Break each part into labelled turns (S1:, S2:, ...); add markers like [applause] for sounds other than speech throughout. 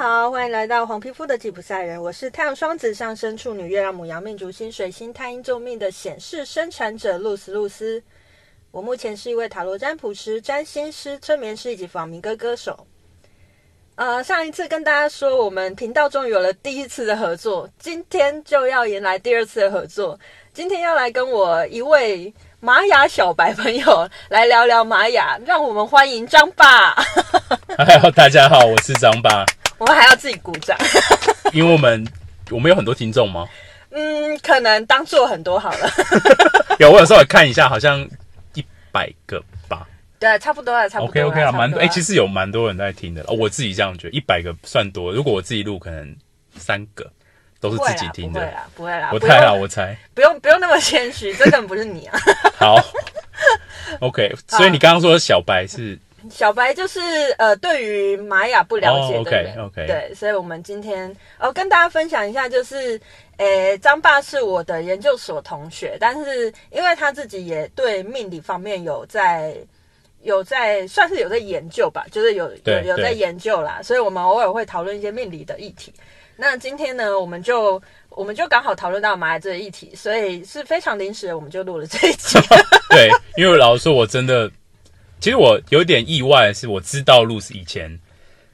S1: 好，欢迎来到黄皮肤的吉普赛人，我是太阳双子上升处女月亮母羊命主星水星太阴救命的显示生产者露丝露丝。我目前是一位塔罗占卜师、占星师、催眠师以及访民歌歌手。呃，上一次跟大家说，我们频道终于有了第一次的合作，今天就要迎来第二次的合作。今天要来跟我一位玛雅小白朋友来聊聊玛雅，让我们欢迎张爸。 [laughs]
S2: [laughs] Hello，大哎家好，我是张爸。
S1: 我们还要自己鼓掌。
S2: 因为我们我们有很多听众吗？
S1: 嗯，可能当做很多好了。 [laughs]
S2: 有，我有时候看一下，好像一百个吧。
S1: 对，差不多了，差不多
S2: OK
S1: 了。
S2: OK
S1: 差
S2: 啊，
S1: 不
S2: 蛮多。
S1: 多
S2: 哎、
S1: 了
S2: 其实有蛮多人在听的了、哦我自己这样觉得，一百个算多。如果我自己录，可能三个都
S1: 不
S2: 是
S1: 会
S2: 自
S1: 啦
S2: 己听
S1: 不会
S2: 的。
S1: 啦，不会啦，不
S2: 我猜啦，
S1: 用
S2: 我猜。
S1: 不用不用那么谦虚，这根本不是你啊。
S2: 好，OK。所以你刚刚说小白是
S1: 小白就是呃，对于玛雅不了解
S2: 哦
S1: 的人
S2: OK，OK
S1: 对，所以我们今天哦跟大家分享一下，就是诶，张爸是我的研究所同学，但是因为他自己也对命理方面有在有在算是有在研究吧，就是有有
S2: 对
S1: 有在
S2: 对
S1: 研究啦，所以我们偶尔会讨论一些命理的议题。那今天呢，我们就我们就刚好讨论到玛雅这个议题，所以是非常临时的，我们就录了这一集。
S2: [laughs] 对，因为老实说，我真的，其实我有点意外，是我知道露丝以前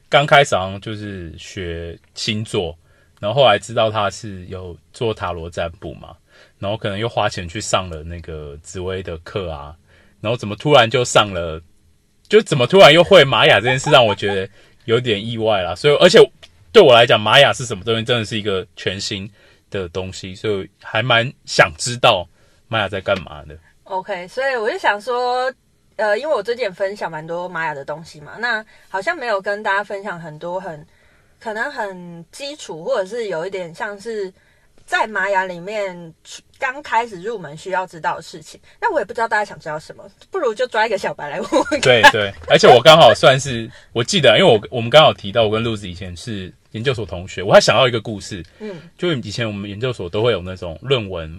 S2: 刚开始好像就是学星座，然后后来知道他是有做塔罗占卜嘛，然后可能又花钱去上了那个紫薇的课啊，然后怎么突然就上了，就怎么突然又会玛雅这件事，让我觉得有点意外啦。所以，而且对我来讲，玛雅是什么东西，真的是一个全新的东西，所以还蛮想知道玛雅在干嘛的。
S1: OK，所以我就想说，呃，因为我最近也分享蛮多玛雅的东西嘛，那好像没有跟大家分享很多很可能很基础，或者是有一点像是在玛雅里面出刚开始入门需要知道的事情。那我也不知道大家想知道什么，不如就抓一个小白来
S2: [laughs]
S1: 问问看。
S2: 对对，而且我刚好算是，我记得，因为我我们刚好提到，我跟露子以前是研究所同学，我还想到一个故事，
S1: 嗯，
S2: 就以前我们研究所都会有那种论文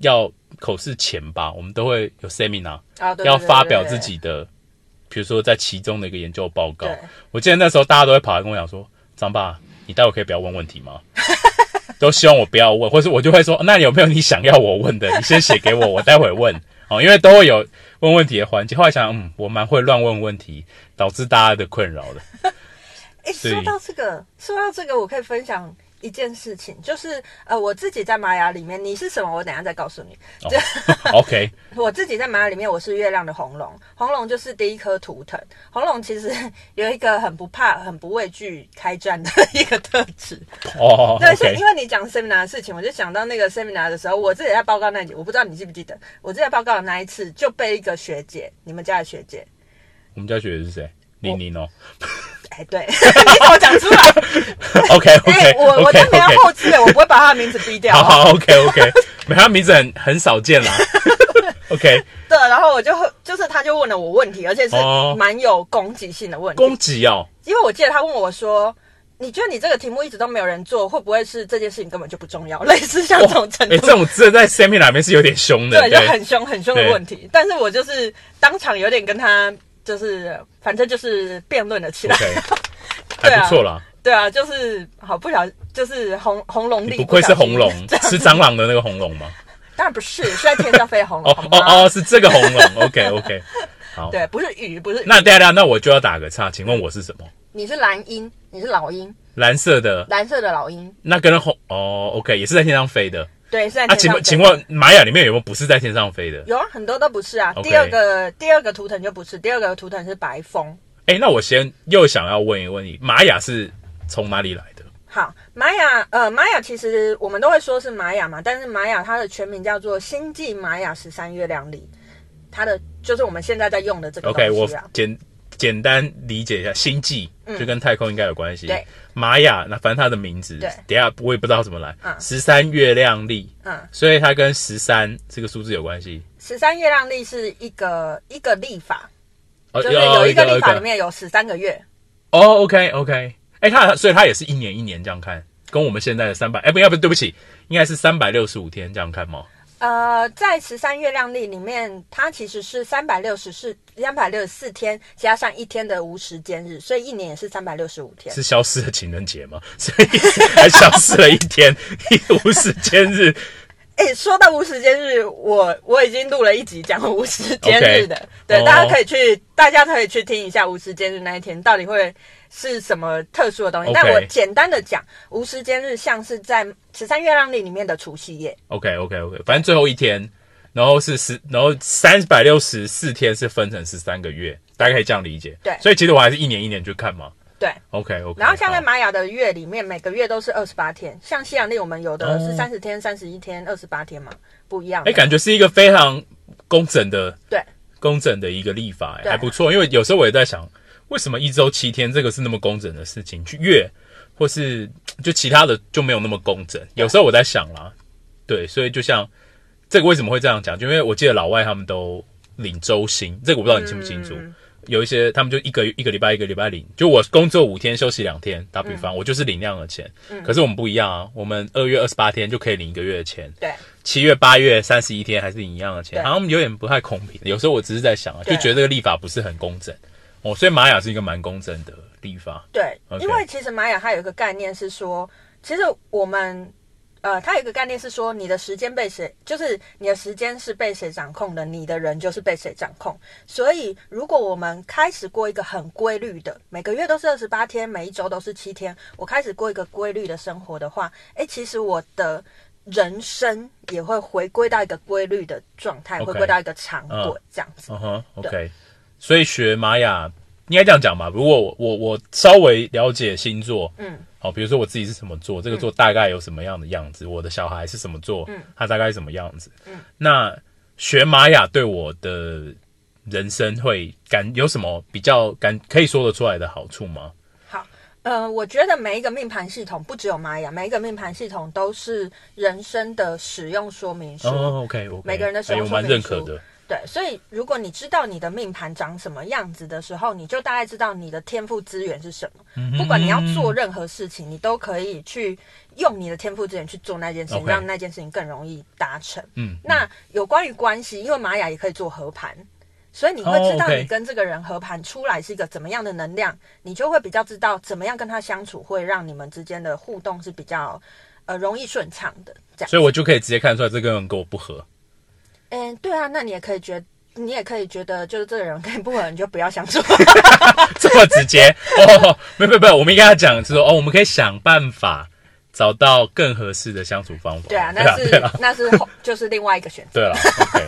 S2: 要口试前吧，我们都会有 seminar，
S1: 啊，对，对
S2: 要发表自，己的，比如说在其中的一个研究报告
S1: 对对。对
S2: 我记得那时候大家都会跑来跟我讲说：“张爸，你待会可以不要问问题吗？” [laughs] 都希望我不要问，或是我就会说：“那你有没有你想要我问的？你先写给我，我待会问。”哦，因为都会有问问题的环节。后来想，嗯，我蛮会乱问问题，导致大家的困扰的。 [laughs]
S1: 哎，
S2: 所以
S1: 说到这个，说到这个，我可以分享一件事情，就是呃，我自己在玛雅里面，你是什么，我等一下再告诉你。
S2: OK，
S1: 我自己在玛雅里面，我是月亮的红龙，红龙就是第一颗图腾。红龙其实 [laughs] 有一个很不怕、很不畏惧开战的一个特质。
S2: [laughs] 哦
S1: 对，所以
S2: ，OK，
S1: 因为你讲 seminar 的事情，我就想到那个 seminar 的时候，我自己在报告那一集，我不知道你记不记得，我自己在报告的那一次就被一个学姐，你们家的学姐，
S2: 我们家学姐是谁？玲
S1: [laughs]
S2: 玲哦。 [laughs]
S1: 哎，对， [laughs] 你怎么讲出来？
S2: OK
S1: 哎、
S2: OK
S1: 我我
S2: OK
S1: 都没有
S2: OK，
S1: 后置的，我不会把她的名字逼掉。哦
S2: 好好 OK OK，没他名字很很少
S1: [laughs]
S2: 见啦。OK，
S1: 对，然后我就会，就是她就问了我问题，而且是
S2: 哦
S1: 蛮有攻击性的问题。
S2: 攻击哦，
S1: 因为我记得他问我说：“你觉得你这个题目一直都没有人做，会不会是这件事情根本就不重要？”类似像这种程
S2: 哎、
S1: 度，
S2: 这种真的在 seminar 里面是有点凶的，
S1: 对，就很凶很凶的问题。但是我就是当场有点跟他，就是反正就是辩论了起来。 [laughs]
S2: OK，
S1: 对啊
S2: 还不错啦。
S1: 对啊，就是好不小，就是红红龙力
S2: 你不愧是
S1: 小心，
S2: 红龙
S1: [laughs] 这样
S2: 吃蟑螂的那个红龙吗？
S1: [laughs] 当然不是，是在天上飞的 [laughs] 红龙，
S2: 哦
S1: 好
S2: 哦
S1: 吗？
S2: 哦，是这个红龙。OK OK，好。
S1: 对，不是雨，不是雨
S2: 那大家那我就要打个岔，请问我是什么？
S1: 你是蓝鹰，你是老鹰，
S2: 蓝色的，
S1: 蓝色的老鹰，
S2: 那跟红哦，OK，也是在天上飞的。
S1: 对，是在
S2: 啊，
S1: 天
S2: 请
S1: 上飞
S2: 问请问玛雅里面有没有不是在天上飞的？
S1: 有啊，很多都不是啊。
S2: OK
S1: 第二个第二个图腾就不是，第二个图腾是白风。
S2: 哎，那我先又想要问一个问题，玛雅是从哪里来的？
S1: 好，玛雅，呃，玛雅其实我们都会说是玛雅嘛，但是玛雅它的全名叫做星际玛雅十三月亮历，它的就是我们现在在用的这个
S2: OK，
S1: 东
S2: 我
S1: 西啊。嗯
S2: 简简单理解一下，星际就跟太空应该有关系。
S1: 对，
S2: 玛雅，那反正它的名字
S1: 对，
S2: 等一下我也不知道怎么来
S1: 嗯。
S2: 十三月亮历，
S1: 嗯，
S2: 所以它跟十三这个数字有关系。
S1: 十三月亮历是一个一个历法，
S2: 哦
S1: 就是呃有一个历法里
S2: 个
S1: 面有十三个月，
S2: 哦，OK OK，哎，它所以它也是一年一年这样看，跟我们现在的三百，哎，不要不，对不起，应该是三百六十五天这样看吗？
S1: 呃，在十三月亮历里面，它其实是三百六十是三百六十四天，加上一天的无时间日，所以一年也是三百六十五天。
S2: 是消失的情人节吗？ [laughs] 所以还消失了一天，一无时间日。
S1: 哎、说到无时间日，我我已经录了一集讲无时间日的
S2: OK
S1: 对
S2: 哦
S1: 大家可以去，大家可以去听一下无时间日那一天到底会是什么特殊的东西。
S2: OK
S1: 但我简单的讲，无时间日像是在十三月亮历里面的除夕夜，
S2: OK OK OK，反正最后一天，然后是十，然后三百六十四天是分成十三个月，大家可以这样理解。
S1: 对
S2: 所以其实我还是一年一年去看嘛。
S1: 对。
S2: OK OK。
S1: 然后像在玛雅的月里面，每个月都是二十八天，像西洋历我们有的是
S2: 哦
S1: 三十天、三十一天、二十八天嘛，不一样的。
S2: 哎、感觉是一个非常工整的
S1: 对
S2: 工整的一个立法、哎
S1: 对
S2: 还不错。因为有时候我也在想，为什么一周七天这个是那么工整的事情，去月或是就其他的就没有那么工整。有时候我在想啦，对，所以就像这个为什么会这样讲，就因为我记得老外他们都领周薪，这个我不知道你清不清楚。有一些他们就一个一个礼拜一个礼拜领，就我工作五天休息两天，打比方、我就是领那样的钱。可是我们不一样啊，我们二月二十八天就可以领一个月的钱，
S1: 对，
S2: 七月、八月三十一天还是一样的钱，
S1: 对
S2: 好像有点不太公平。有时候我只是在想啊，就
S1: 对
S2: 觉得这个立法不是很公正哦，所以玛雅是一个蛮公正的立法。
S1: 对
S2: OK
S1: 因为其实玛雅它有一个概念是说，其实我们呃，它有一个概念是说，你的时间被谁，就是你的时间是被谁掌控的，你的人就是被谁掌控。所以，如果我们开始过一个很规律的，每个月都是二十八天，每一周都是七天，我开始过一个规律的生活的话，诶，其实我的。人生也会回归到一个规律的状态
S2: OK
S1: 回归到一个常轨
S2: 嗯
S1: 这样子。
S2: 嗯哼
S1: 对
S2: ，OK。所以学玛雅应该这样讲吧？如果我我我稍微了解星座，
S1: 嗯，
S2: 好、比如说我自己是什么座，这个座大概有什么样的样子，我的小孩是什么座，嗯，他大概是什么样子，嗯，那学玛雅对我的人生会感有什么比较感可以说得出来的好处吗？
S1: 好，呃，我觉得每一个命盘系统不只有玛雅，每一个命盘系统都是人生的使用说明书。
S2: 哦，OK OK，
S1: 每个人的使
S2: 哎
S1: 用
S2: 我蛮
S1: 说明
S2: 认可
S1: 书
S2: 的，
S1: 对，所以如果你知道你的命盘长什么样子的时候，你就大概知道你的天赋资源是什么。
S2: 嗯
S1: 不管你要做任何事情，你都可以去用你的天赋资源去做那件事情
S2: OK
S1: 让那件事情更容易达成。
S2: 嗯，
S1: 那有关于关系，因为玛雅也可以做合盘，所以你会
S2: 哦
S1: 知道
S2: OK
S1: 你跟这个人合盘出来是一个怎么样的能量，你就会比较知道怎么样跟他相处，会让你们之间的互动是比较呃容易顺畅的。这样，
S2: 所以我就可以直接看出来这个人跟我不合。 [laughs]
S1: 嗯，对啊，那你也可以觉你也可以觉得，就是这个人跟你不合，你就不要相
S2: [laughs]
S1: 处。
S2: 这么直接哦，没有没有没有，我们应该要讲是说哦，我们可以想办法找到更合适的相处方法。
S1: 对啊，那
S2: 对啊
S1: 是
S2: 对啊
S1: 那是后就是另外一个选择。
S2: 对啊
S1: [laughs]
S2: OK，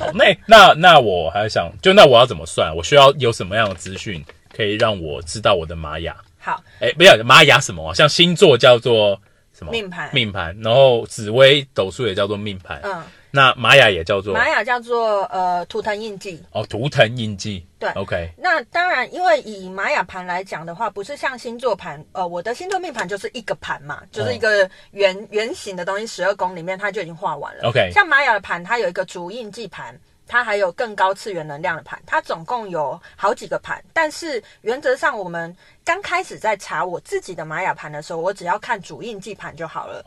S2: 好，那那那我还想，就那我要怎么算？我需要有什么样的资讯可以让我知道我的玛雅？
S1: 好，
S2: 哎，不要玛雅什么啊？像星座叫做什么？
S1: 命盘
S2: 命盘，然后紫微斗数也叫做命盘，
S1: 嗯，
S2: 那玛雅也叫做
S1: 玛雅叫做呃图腾印记。
S2: 哦图腾印记。
S1: 对
S2: ，OK，
S1: 那当然，因为以玛雅盘来讲的话，不是像星座盘，呃，我的星座命盘就是一个盘嘛，就是一个圆、圆形的东西，十二宫里面它就已经画完了。
S2: OK
S1: 像玛雅的盘，它有一个主印记盘。它还有更高次元能量的盘，它总共有好几个盘，但是原则上我们刚开始在查我自己的玛雅盘的时候，我只要看主印记盘就好了。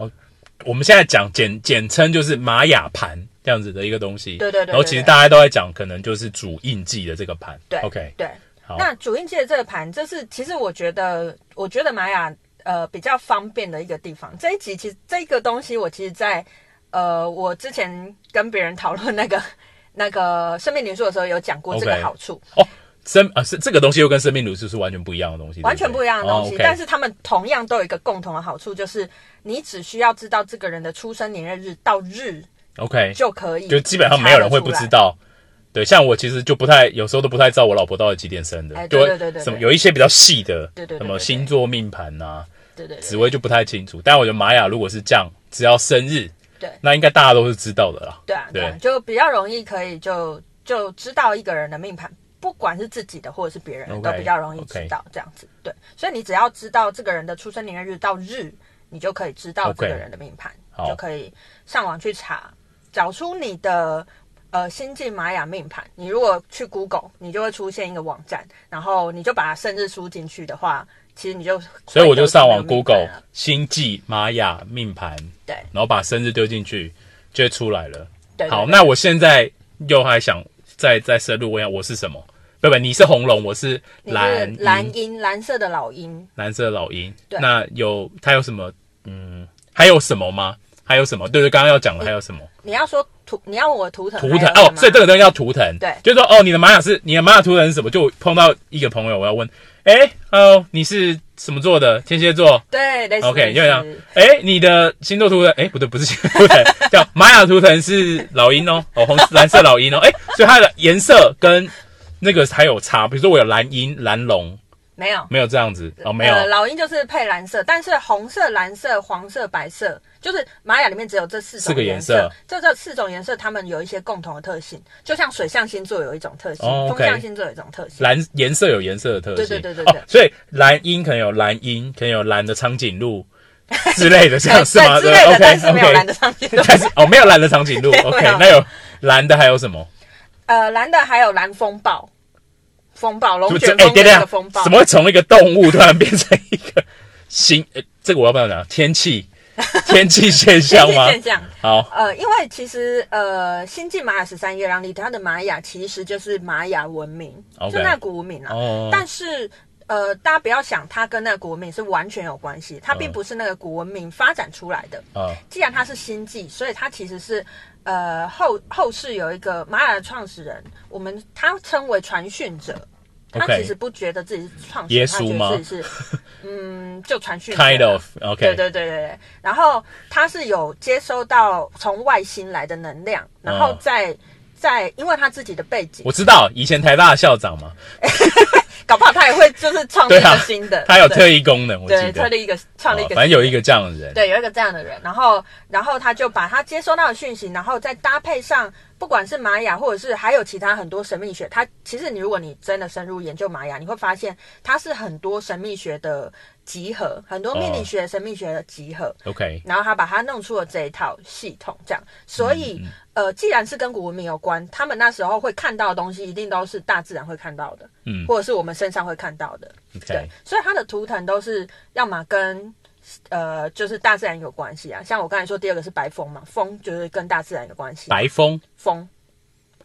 S2: 我们现在讲简简称就是玛雅盘这样子的一个东西，
S1: 对对对对
S2: 然后其实大家都在讲，可能就是主印记的这个盘，
S1: 对
S2: ，OK，
S1: 对，
S2: 好，
S1: 那主印记的这个盘，这是其实我觉得，我觉得玛雅呃比较方便的一个地方。这一集其实这个东西，我其实在呃我之前跟别人讨论那个 [laughs] 那个生命灵数的时候，有讲过这个
S2: OK
S1: 好处
S2: 哦，生啊是这个东西又跟生命流速是完全不哦一样的东西，
S1: 完全不一样的东西。但
S2: 是
S1: 是他们同样都有一个共同的好处，就是你只需要知道这个人的出生年月日到日
S2: OK，
S1: 就可以，
S2: 就基本上没有人会不知。道。对，像我其实就不太，有时候都不太知道我老婆到底几点生的，
S1: 哎
S2: 就
S1: 对
S2: 会
S1: 对对对
S2: 什么
S1: 对
S2: 有一些比较细的，
S1: 对对对对
S2: 什么
S1: 对
S2: 星座命盘呐、啊
S1: 对对
S2: 紫
S1: 对
S2: 薇就不太清楚。但我觉得玛雅如果是这样，只要生日，
S1: 对
S2: 那应该大家都是知道的啦。
S1: 对啊，对啊
S2: 对，
S1: 就比较容易可以就就知道一个人的命盘，不管是自己的或者是别人的
S2: OK，
S1: 都比较容易知道这样子。对，所以你只要知道这个人的出生年月日到日，你就可以知道
S2: OK
S1: 这个人的命盘
S2: 好
S1: 就可以上网去查，找出你的。呃，星际玛雅命盘，你如果去 Google，你就会出现一个网站，然后你就把它生日输进去的话，其实你就
S2: 所以我就上网
S1: 会有这个命盘
S2: Google
S1: 了
S2: 星际玛雅命盘，
S1: 对
S2: 然后把生日丢进去，就会出来了。
S1: 对，
S2: 好，
S1: 对
S2: 那我现在又还想再再深入问一下，我是什么？不不，你是红龙，我是
S1: 你是
S2: 蓝
S1: 蓝
S2: 鹰
S1: 鹰，蓝色的老鹰，
S2: 蓝色老鹰。
S1: 对
S2: 那有它有什么？嗯，还有什么吗？还有什么？对对，刚刚要讲的还有什么？
S1: 你要说图，你要问我图腾
S2: 图
S1: 还有
S2: 腾
S1: 什
S2: 哦，
S1: 么
S2: 所以这个东西叫图腾。
S1: 对
S2: 就是说哦，你的玛雅是你的玛雅图腾是什么？就我碰到一个朋友，我要问，哎，Hello，你是什么座的？天蝎座。
S1: 对类似
S2: OK，
S1: 类
S2: 就这样
S1: 似。
S2: 哎、你的星座图腾，哎、不对，不是星座图腾， [laughs] 叫玛雅图腾是老鹰哦，哦，红蓝色老鹰哦，哎、所以它的颜色跟那个还有差，比如说我有蓝鹰、蓝龙，
S1: 没有。
S2: 没有这样子哦，没有，
S1: 呃，老鹰就是配蓝色，但是红色、蓝色、黄色、白色，就是玛雅里面只有这四
S2: 四
S1: 种
S2: 个颜
S1: 颜
S2: 色
S1: 这这四种颜色，它们有一些共同的特性，就像水象星座有一种特性，
S2: 哦
S1: 风
S2: OK
S1: 象星座有一种特性。
S2: 蓝颜色有颜色的特性，
S1: 对对对对
S2: 哦
S1: 对，
S2: 所以蓝鹰可能有蓝鹰，可能有蓝的长颈鹿
S1: [laughs]
S2: 之类的，这样
S1: 对
S2: 是吗？
S1: 对之类的，但
S2: OK
S1: 是没有蓝
S2: OK，
S1: 的上
S2: [laughs]
S1: 去。
S2: 但是哦，没有蓝的长
S1: [laughs]
S2: 颈鹿
S1: 没有
S2: ，OK，
S1: 没有
S2: 那有蓝的还有什么？
S1: 呃，蓝的还有蓝风暴，风暴龙
S2: 就
S1: 卷
S2: 哎，
S1: 风
S2: 等
S1: 的
S2: 等
S1: 那个
S2: 啊，
S1: 风暴，
S2: 怎么会从一个动物突然变成一个新？ [laughs] 呃这个我要不要讲？天气， [laughs] 天气现象吗？
S1: 现象？
S2: 好，
S1: 呃，因为其实呃，新晋玛雅十三耶让利它的玛雅其实就是玛雅文明
S2: OK
S1: 就那古文明啊。
S2: 哦，
S1: 但是呃，大家不要想它跟那个古文明是完全有关系，它并
S2: 嗯
S1: 不是那个古文明发展出来的。
S2: 啊，
S1: 既然它是星际，所以它其实是呃后后世有一个玛雅的创始人，我们他称为传讯者。他
S2: OK
S1: 其实不觉得自己是创始
S2: 耶
S1: 人，他
S2: 稣
S1: 觉
S2: 吗
S1: 得自己是嗯，就传讯者啊。
S2: ，kind of，OK，
S1: 对对对对对。然后他是有接收到从外星来的能量，然后
S2: 嗯
S1: 再、再因为他自己的背景
S2: 我，知道，以前台大的校长嘛，
S1: 搞不好他也会就是创立
S2: [laughs] 对
S1: 一
S2: 啊
S1: 个新的，
S2: 他有
S1: 对
S2: 特异功能，我记
S1: 对
S2: 得
S1: 特，立一个创立一
S2: 哦
S1: 个，
S2: 反正有一
S1: 个。
S2: 个这样的人，
S1: 对，有一个这样的人，然后，然后他就把他接收到的讯息，然后再搭配上，不管是玛雅，或者是还有其他很多神秘学，它其实你如果你真的深入研究玛雅，你会发现它是很多神秘学的集合，很多命理
S2: 哦
S1: 学、神秘学的集合。
S2: ，OK，
S1: 然后他把它弄出了这一套系统，这样，所
S2: 嗯
S1: 以、呃，既然是跟古文明有关，他们那时候会看到的东西，一定都是大自然会看到的，
S2: 嗯
S1: 或者是我们身上会看到的，对
S2: ，OK，，
S1: 所以它的图腾都是要么跟呃，就是大自然有关系啊，像我刚才说第二个是白风嘛，风就是跟大自然有关系，
S2: 白风
S1: 风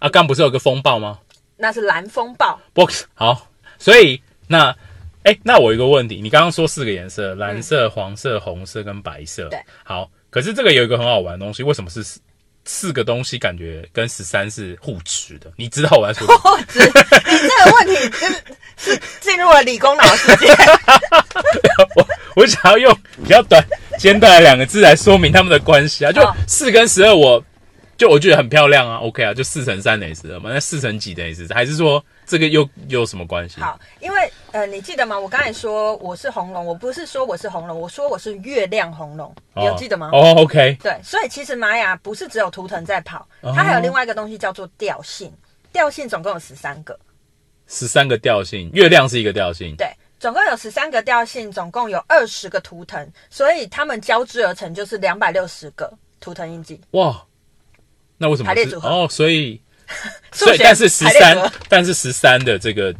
S2: 啊，刚不是有个风暴吗
S1: 那是蓝风暴， [laughs]
S2: ？Box 好，所以那哎、那我有一个问题，你刚刚说四个颜色，蓝色、黄色、红色跟白色，
S1: 嗯对，
S2: 好，可是这个有一个很好玩的东西，为什么是四四个东西感觉跟十三是互斥的？你知道我在说什么？
S1: 或者你这
S2: [laughs]
S1: 个问题就是是进入了理工脑的世界，
S2: 我想要用比较短、简短的两个字来说明他们的关系啊，就
S1: 哦
S2: 四跟十二，我就我觉得很漂亮啊，OK 啊，就四乘三等于十二嘛，那四乘几等于十三，还是说这个又又有什么关系？
S1: 好，因为呃，你记得吗？我刚才说我是红龙，我不是说我是红龙，我说我是月亮红龙，你有记得吗？
S2: 哦，OK，
S1: 对，所以其实玛雅不是只有图腾在跑，它还有另外一个东西叫做调性，调性总共有十三个，
S2: 十三个调性，月亮是一个调性，
S1: 对，总共有十三个调性，总共有二十个图腾，所以它们交织而成就是两百六十个图腾印记。
S2: 哇，那为什么
S1: 排列
S2: 是
S1: 组合
S2: 哦？所以
S1: 数
S2: 所以
S1: 学
S2: 但是十
S1: 排列
S2: 三
S1: 组合，
S2: 但是十三的这个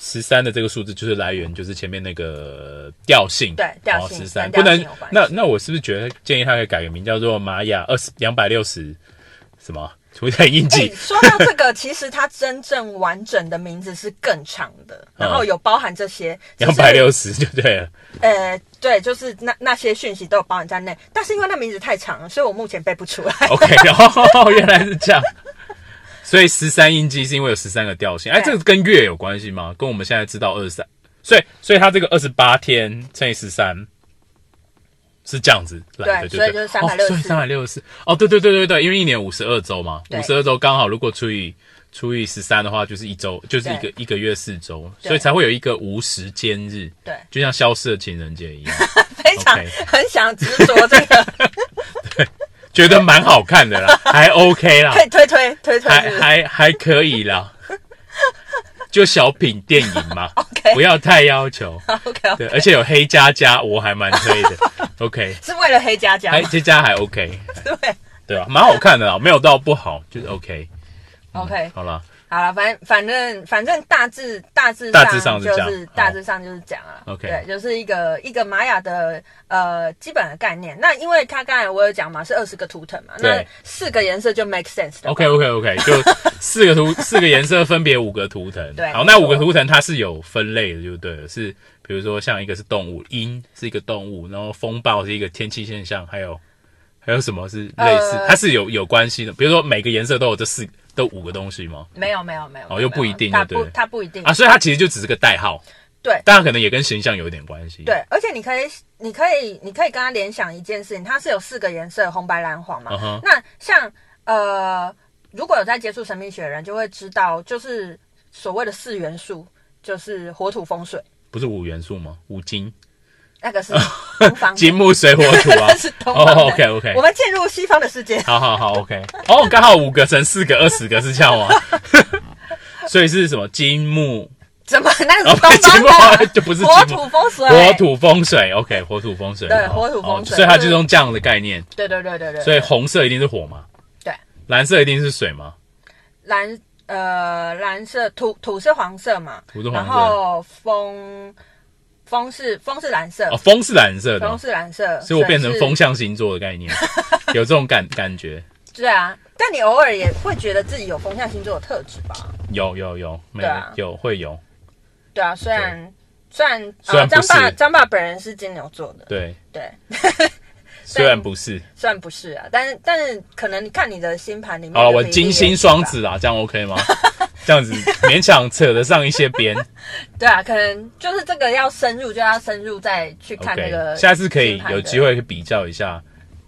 S2: 十三的这个数字就是来源，就是前面那个调性，哦
S1: 对调性
S2: 十三
S1: 跟调
S2: 不能
S1: 性有关系
S2: 那那我是不是觉得建议他可以改个名叫做玛雅二十两百六十什么图腾印
S1: 哎、
S2: 记？
S1: 说到这个，其实它真正完整的名字是更长的，然后有包含这些
S2: 嗯两百六十就对了，
S1: 呃，对，就是那那些讯息都有包含在内，但是因为那名字太长了，所以我目前背不出来。
S2: OK，然 [laughs] 后原来是这样，所以十三印记是因为有十三个调性。哎，
S1: 对
S2: 这个跟月有关系吗？跟我们现在知道二十三，所以所以它这个二十八天乘以十三是这样子来
S1: 对
S2: 的，对不
S1: 所以就是
S2: 哦所以三百六十四。哦，对对对对对，因为一年五十二周嘛，
S1: 对
S2: 五十二周刚好如果除以除以十三的话，就是一周，就是一个一个月四周，
S1: 对
S2: 所以才会有一个无时间日，
S1: 对，
S2: 就像消失的情人节一样，
S1: [laughs] 非常
S2: OK
S1: 很想执着这个， [laughs]
S2: 觉得蛮好看的啦，还 OK 啦
S1: 可。以推推推推
S2: 还
S1: 是不
S2: [laughs]
S1: 是
S2: 还还可以
S1: [laughs]
S2: 啦，就小品电影嘛
S1: OK
S2: 不要太要求。
S1: ，OK，, 哦 o
S2: 对，
S1: k
S2: 而且有黑加加，我还蛮推的。OK，
S1: [laughs] 是为了黑加加
S2: 还
S1: 吗，
S2: 加加还 OK，
S1: [laughs]
S2: 啊
S1: 对
S2: 对吧？蛮好看的啦，没有到不好，就是 OK。嗯
S1: ，OK，
S2: 好啦，
S1: 好了，反反正反正大致大致
S2: 大致上是
S1: 就
S2: 这样
S1: 是
S2: 好
S1: 大致上就是这样啊。
S2: OK
S1: 对，就是一个一个玛雅的呃基本的概念。那因为它刚才我有讲嘛，是二十个图腾嘛，那
S2: 对
S1: 四个颜色就 make sense 的。
S2: OK OK
S1: [laughs]
S2: OK，就四个图四个颜色分别五个图腾。
S1: 对
S2: 好，
S1: 没
S2: 那
S1: 错
S2: 五个图腾它是有分类的，就对了，是比如说像一个是动物，鹰是一个动物，然后风暴是一个天气现象，还有还有什么是类似？
S1: 呃
S2: 它是有有关系的，比如说每个颜色都有这四都五个东西吗？
S1: 没有没有没有，
S2: 哦又不一定
S1: 它
S2: 对
S1: 不
S2: 不对
S1: 它不一定
S2: 啊，所以它其实就只是个代号，
S1: 嗯对
S2: 当然可能也跟形象有一点关系。
S1: 对，而且你可以，你可以，你可以跟他联想一件事情，它是有四个颜色，红、白、蓝、黄嘛。
S2: 嗯哼
S1: 那像呃，如果有在接触神秘学的人，就会知道，就是所谓的四元素，就是火、土、风、水，
S2: 不是五元素吗？五金、
S1: 那个是东方的，
S2: [laughs] 金木水火土啊
S1: 那。是东方的。
S2: 哦，OK，OK
S1: 我们进入西方的世界，
S2: 好好好，OK。哦，刚好五个乘四个，二十个是这样吗？ [laughs] 所以是什么金木
S1: 怎么那
S2: 哦
S1: 是东
S2: 金木
S1: 方的？
S2: 就不是
S1: 火、
S2: 金木
S1: 土、风、水。
S2: 火土风水？OK，火土风水。
S1: 对
S2: 好
S1: 火土风水
S2: 哦所以它就是用这样的概念。
S1: 对对对对对。
S2: 所以红色一定是火嘛？
S1: 对。
S2: 蓝色一定是水嘛？
S1: 蓝呃蓝色土土是黄色嘛，
S2: 土是黄色
S1: 然后风风是风是蓝色，
S2: 哦，风是蓝色的
S1: 风
S2: 哦，
S1: 是蓝色，
S2: 所以我变成
S1: 水是
S2: 风。象星座的
S1: [laughs]
S2: 概念，有这种感感觉。
S1: 对啊，但你偶尔也会觉得自己有风象星座的特质吧？
S2: 有有有，没
S1: 对啊
S2: 有会有。
S1: 对啊，虽然虽然
S2: 虽
S1: 呃
S2: 然不
S1: 张
S2: 是
S1: 爸张爸本人是金牛座的，
S2: 对，
S1: 对，
S2: 虽然不是。
S1: 虽然不是啊，但是但是可能你看你的星盘里面
S2: 好了，
S1: 的
S2: 我
S1: 比例
S2: 金
S1: 也
S2: 星
S1: 是
S2: 双
S1: 吧，
S2: 子啊，这样 OK 吗？这样子勉强扯得上一些边。
S1: 对啊，可能就是这个要深入，就要深入再去看那
S2: OK，
S1: 个
S2: 下次可以
S1: 星盘的
S2: 有机会去比较一下。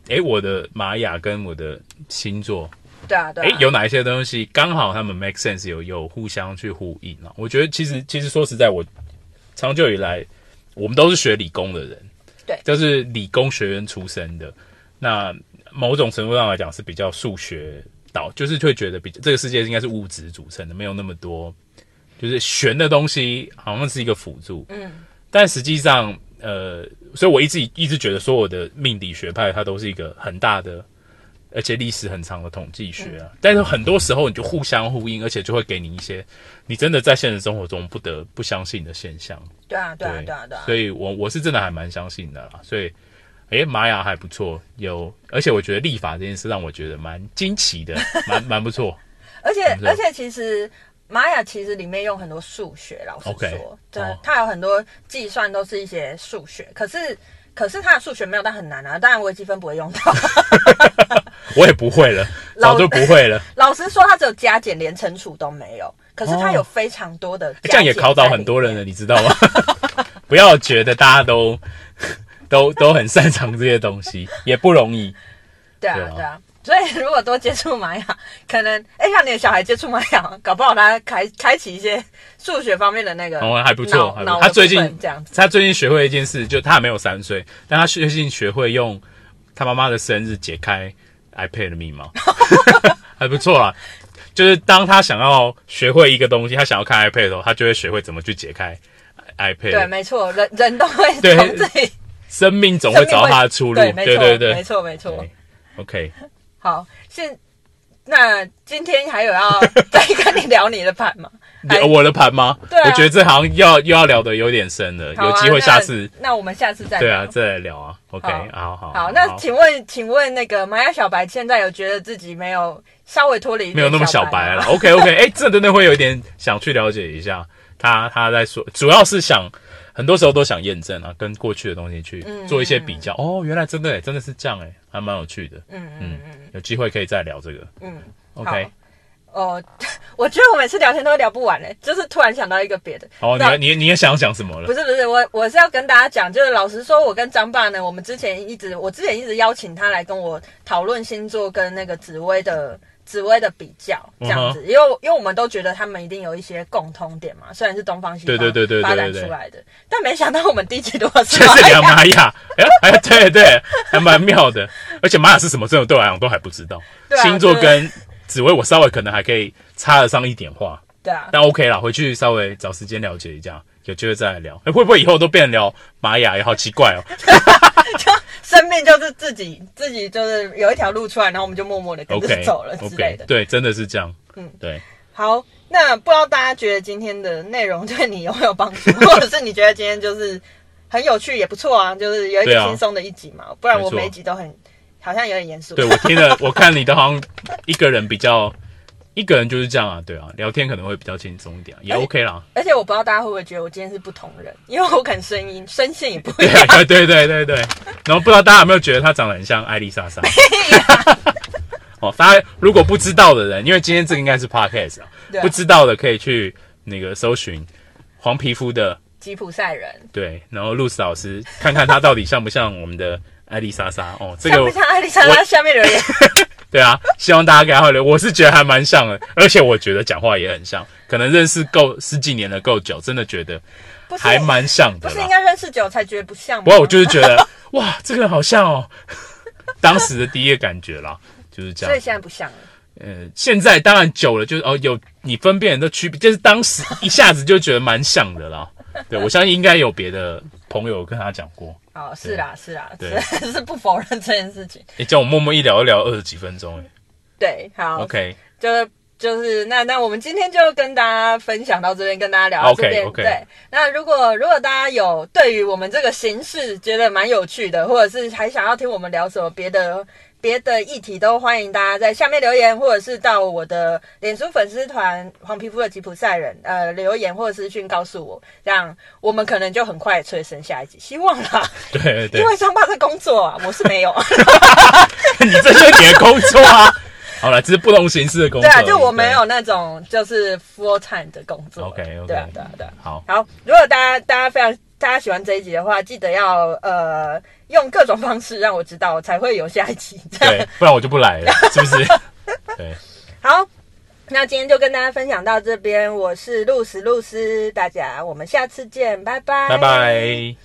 S2: 诶，我的玛雅跟我的星座，
S1: 对啊对
S2: 诶，
S1: 啊，
S2: 有哪一些东西刚好他们 make sense 有有互相去呼应啊？我觉得其实其实说实在，我长久以来我们都是学理工的人，
S1: 对
S2: 就是理工学院出身的。那某种程度上来讲是比较数学导，就是会觉得比这个世界应该是物质组成的，没有那么多就是玄的东西，好像是一个辅助。
S1: 嗯，
S2: 但实际上，呃，所以我一直一直觉得所有的命理学派它都是一个很大的，而且历史很长的统计学啊。但是很多时候你就互相呼应，而且就会给你一些你真的在现实生活中不得不相信的现象。
S1: 对啊对啊对啊对啊，
S2: 所以我我是真的还蛮相信的啦。所以，诶，玛雅还不错，有，而且我觉得历法这件事让我觉得蛮惊
S1: [laughs]
S2: 奇的，蛮蛮不错。
S1: 而且
S2: 不错
S1: 而且其实玛雅其实里面用很多数学，老实
S2: OK，
S1: 说，对
S2: 哦
S1: 它有很多计算都是一些数学，可是可是它的数学没有到很难啊，当然微积分不会用到。 [laughs]
S2: 我也不会了，
S1: 老
S2: 早就不
S1: [laughs]
S2: 会了。
S1: 老实说，它只有加减连乘除都没有，可是它有非常多的、
S2: 哦哎这样也考倒很多人。了，你知道吗？ [laughs] 不要觉得大家都 [laughs] 都都很擅长这些东西，也不容易。
S1: 对啊
S2: 对啊
S1: 对啊，所以如果多接触玛雅， [laughs] 可能哎、让你的小孩接触玛雅， [laughs] 搞不好他开开启一些数学方面的那个
S2: 然后哦还不
S1: 脑
S2: 错，还不
S1: 脑
S2: 错。
S1: 的
S2: 他最
S1: 部分
S2: 近
S1: 这样子，
S2: 他最近学会一件事，就他还没有三岁，但他最近学会用他妈妈的生日解开 iPad 的
S1: [laughs]
S2: 密码，还不错啦。就是当他想要学会一个东西，他想要看 iPad 的时候，他就会学会怎么去解开 iPad。
S1: 对，没错，人人都会
S2: 对
S1: 从自己
S2: 生命总会找到他的出路。
S1: 对，没
S2: 对
S1: 错，
S2: 对对
S1: 没错，没错
S2: 对。OK，
S1: [laughs] 好，现那今天还有要再跟你聊你的盘
S2: [laughs]
S1: 吗？还
S2: 我的盘吗？
S1: 哎对啊
S2: 我觉得这好像要又要聊的有点深了，
S1: 好啊
S2: 有机会下次
S1: 那那我们下次再
S2: 对
S1: 聊
S2: 啊再来聊啊。OK，好好
S1: 好，那请问，请问那个玛雅小白现在有觉得自己没有稍微脱离一点
S2: 没有那么小
S1: 小
S2: 白
S1: 吗
S2: 了。。OK OK，哎、
S1: [laughs]
S2: 这真的会有点想去了解一下他他在说，主要是想很多时候都想验证啊，跟过去的东西去
S1: 嗯
S2: 做一些比较。哦，原来真的哎、真的是这样哎、还蛮有趣的。
S1: 嗯嗯
S2: 嗯，有机会可以再聊这个。
S1: 嗯，
S2: OK，
S1: 哦， [laughs] 我觉得我每次聊天都聊不完嘞，就是突然想到一个别的。
S2: 好，哦你
S1: 那
S2: 要你你也想要讲什么
S1: 不
S2: 了？
S1: 是不是，我我是要跟大家讲，就是老实说，我跟张爸呢，我们之前一直，我之前一直邀请他来跟我讨论星座跟那个紫薇的紫薇的比较这
S2: 嗯
S1: 样子，因为因为我们都觉得他们一定有一些共通点嘛，虽然是东方西方
S2: 对对对对对
S1: 发展
S2: 对
S1: 出来的，但没想到我们第一集都是
S2: [laughs] 就是
S1: 玛雅
S2: 聊玛雅，哎、哎，对对，还蛮妙的。而且玛雅是什么，真的对我来讲都还不知道。
S1: [laughs] 对啊
S2: 星座跟紫薇，我稍微可能还可以插得上一点话，
S1: 对啊，
S2: 但 OK 啦，回去稍微找时间了解一下，有机会再来聊。哎、会不会以后都变成聊玛雅？也好奇
S1: [laughs]
S2: 怪哦。
S1: 生命就是自己自己就是有一条路出来，然后我们就默默的跟着
S2: OK，
S1: 走了之类
S2: OK，
S1: 的。
S2: 对，真的是这样。
S1: 嗯
S2: 对，
S1: 好，那不知道大家觉得今天的内容对你有没有帮
S2: [laughs]
S1: 助，或者是你觉得今天就是很有趣也不错啊，就是有一
S2: 对
S1: 个
S2: 啊
S1: 轻松的一集嘛，不然我
S2: 没错
S1: 每一集都很好像有点严肃。
S2: 对我听了，我看你的好像一个人比较，一个人就是这样啊，对啊，聊天可能会比较轻松一点，也
S1: 而且
S2: OK 啦。
S1: [laughs] 而且我不知道大家会不会觉得我今天是不同人，因为我可能声音声线
S2: [laughs]
S1: 也不一
S2: 对
S1: 样。
S2: 对对对对对，然后不知道大家有没有觉得她长得很像艾丽
S1: [laughs]
S2: 莎莎？哦，大家如果不知道的人，因为今天这个应该是 podcast 啊，
S1: 对啊
S2: 不知道的可以去那个搜寻黄皮肤的
S1: 吉普赛人
S2: 对，然后露丝老师看看她到底像不像我们的艾丽莎莎哦，这
S1: 像不
S2: 个
S1: 像艾丽莎莎下面留言？
S2: 对啊，希望大家给她留言，我是觉得还蛮像的，而且我觉得讲话也很像，可能认识够十几年了够久，真的觉得
S1: 不是
S2: 还蛮像
S1: 不
S2: 的
S1: 是
S2: 啦
S1: 应。该认识久才觉得不像吗？
S2: 不过我就是觉得 [laughs] 哇，这个人好像哦， [laughs] 当时的第一个感觉啦，就是这
S1: 所以
S2: 样。
S1: 现在不像了。
S2: 呃，现在当然久了，就是哦有你分辨的区别，就是当时一下子就觉得蛮像的啦。对，我相信应该有别的朋友跟他讲过。
S1: 哦，是啦，是啦，
S2: 对
S1: 是 [laughs] 是不否认这件事情。
S2: 诶，叫我默默一聊一聊二十几分钟，诶
S1: 对，好 [laughs]
S2: o k
S1: 就是就是那那我们今天就跟大家分享到这边，跟大家聊到
S2: OK，
S1: 这边。
S2: OK
S1: 对，那如果如果大家有对于我们这个形式觉得蛮有趣的，或者是还想要听我们聊什么别的。别的议题都欢迎大家在下面留言，或者是到我的脸书粉丝团“黄皮肤的吉普赛人”呃留言或者私讯告诉我，这样我们可能就很快催生下一集，希望啦。
S2: 对对
S1: 因
S2: 对，
S1: 为张爸在工作啊，我是没有。
S2: [laughs] 你这就是你的工
S1: [laughs]
S2: 作啊。好了，这是不同形式的工作
S1: 对
S2: 而
S1: 啊，
S2: 已。
S1: 就我没有那种就是 full time 的工作。
S2: OK，OK
S1: 对啊，对啊，对啊。
S2: 对。好，
S1: 好，如果大家大家非常大家喜欢这一集的话，记得要呃用各种方式让我知道，才会有下一集。这样
S2: 对，不然我就不来了，是
S1: [laughs]
S2: 不是？对，
S1: 好，那今天就跟大家分享到这边，我是露丝露丝，大家我们下次见，拜拜，
S2: 拜拜。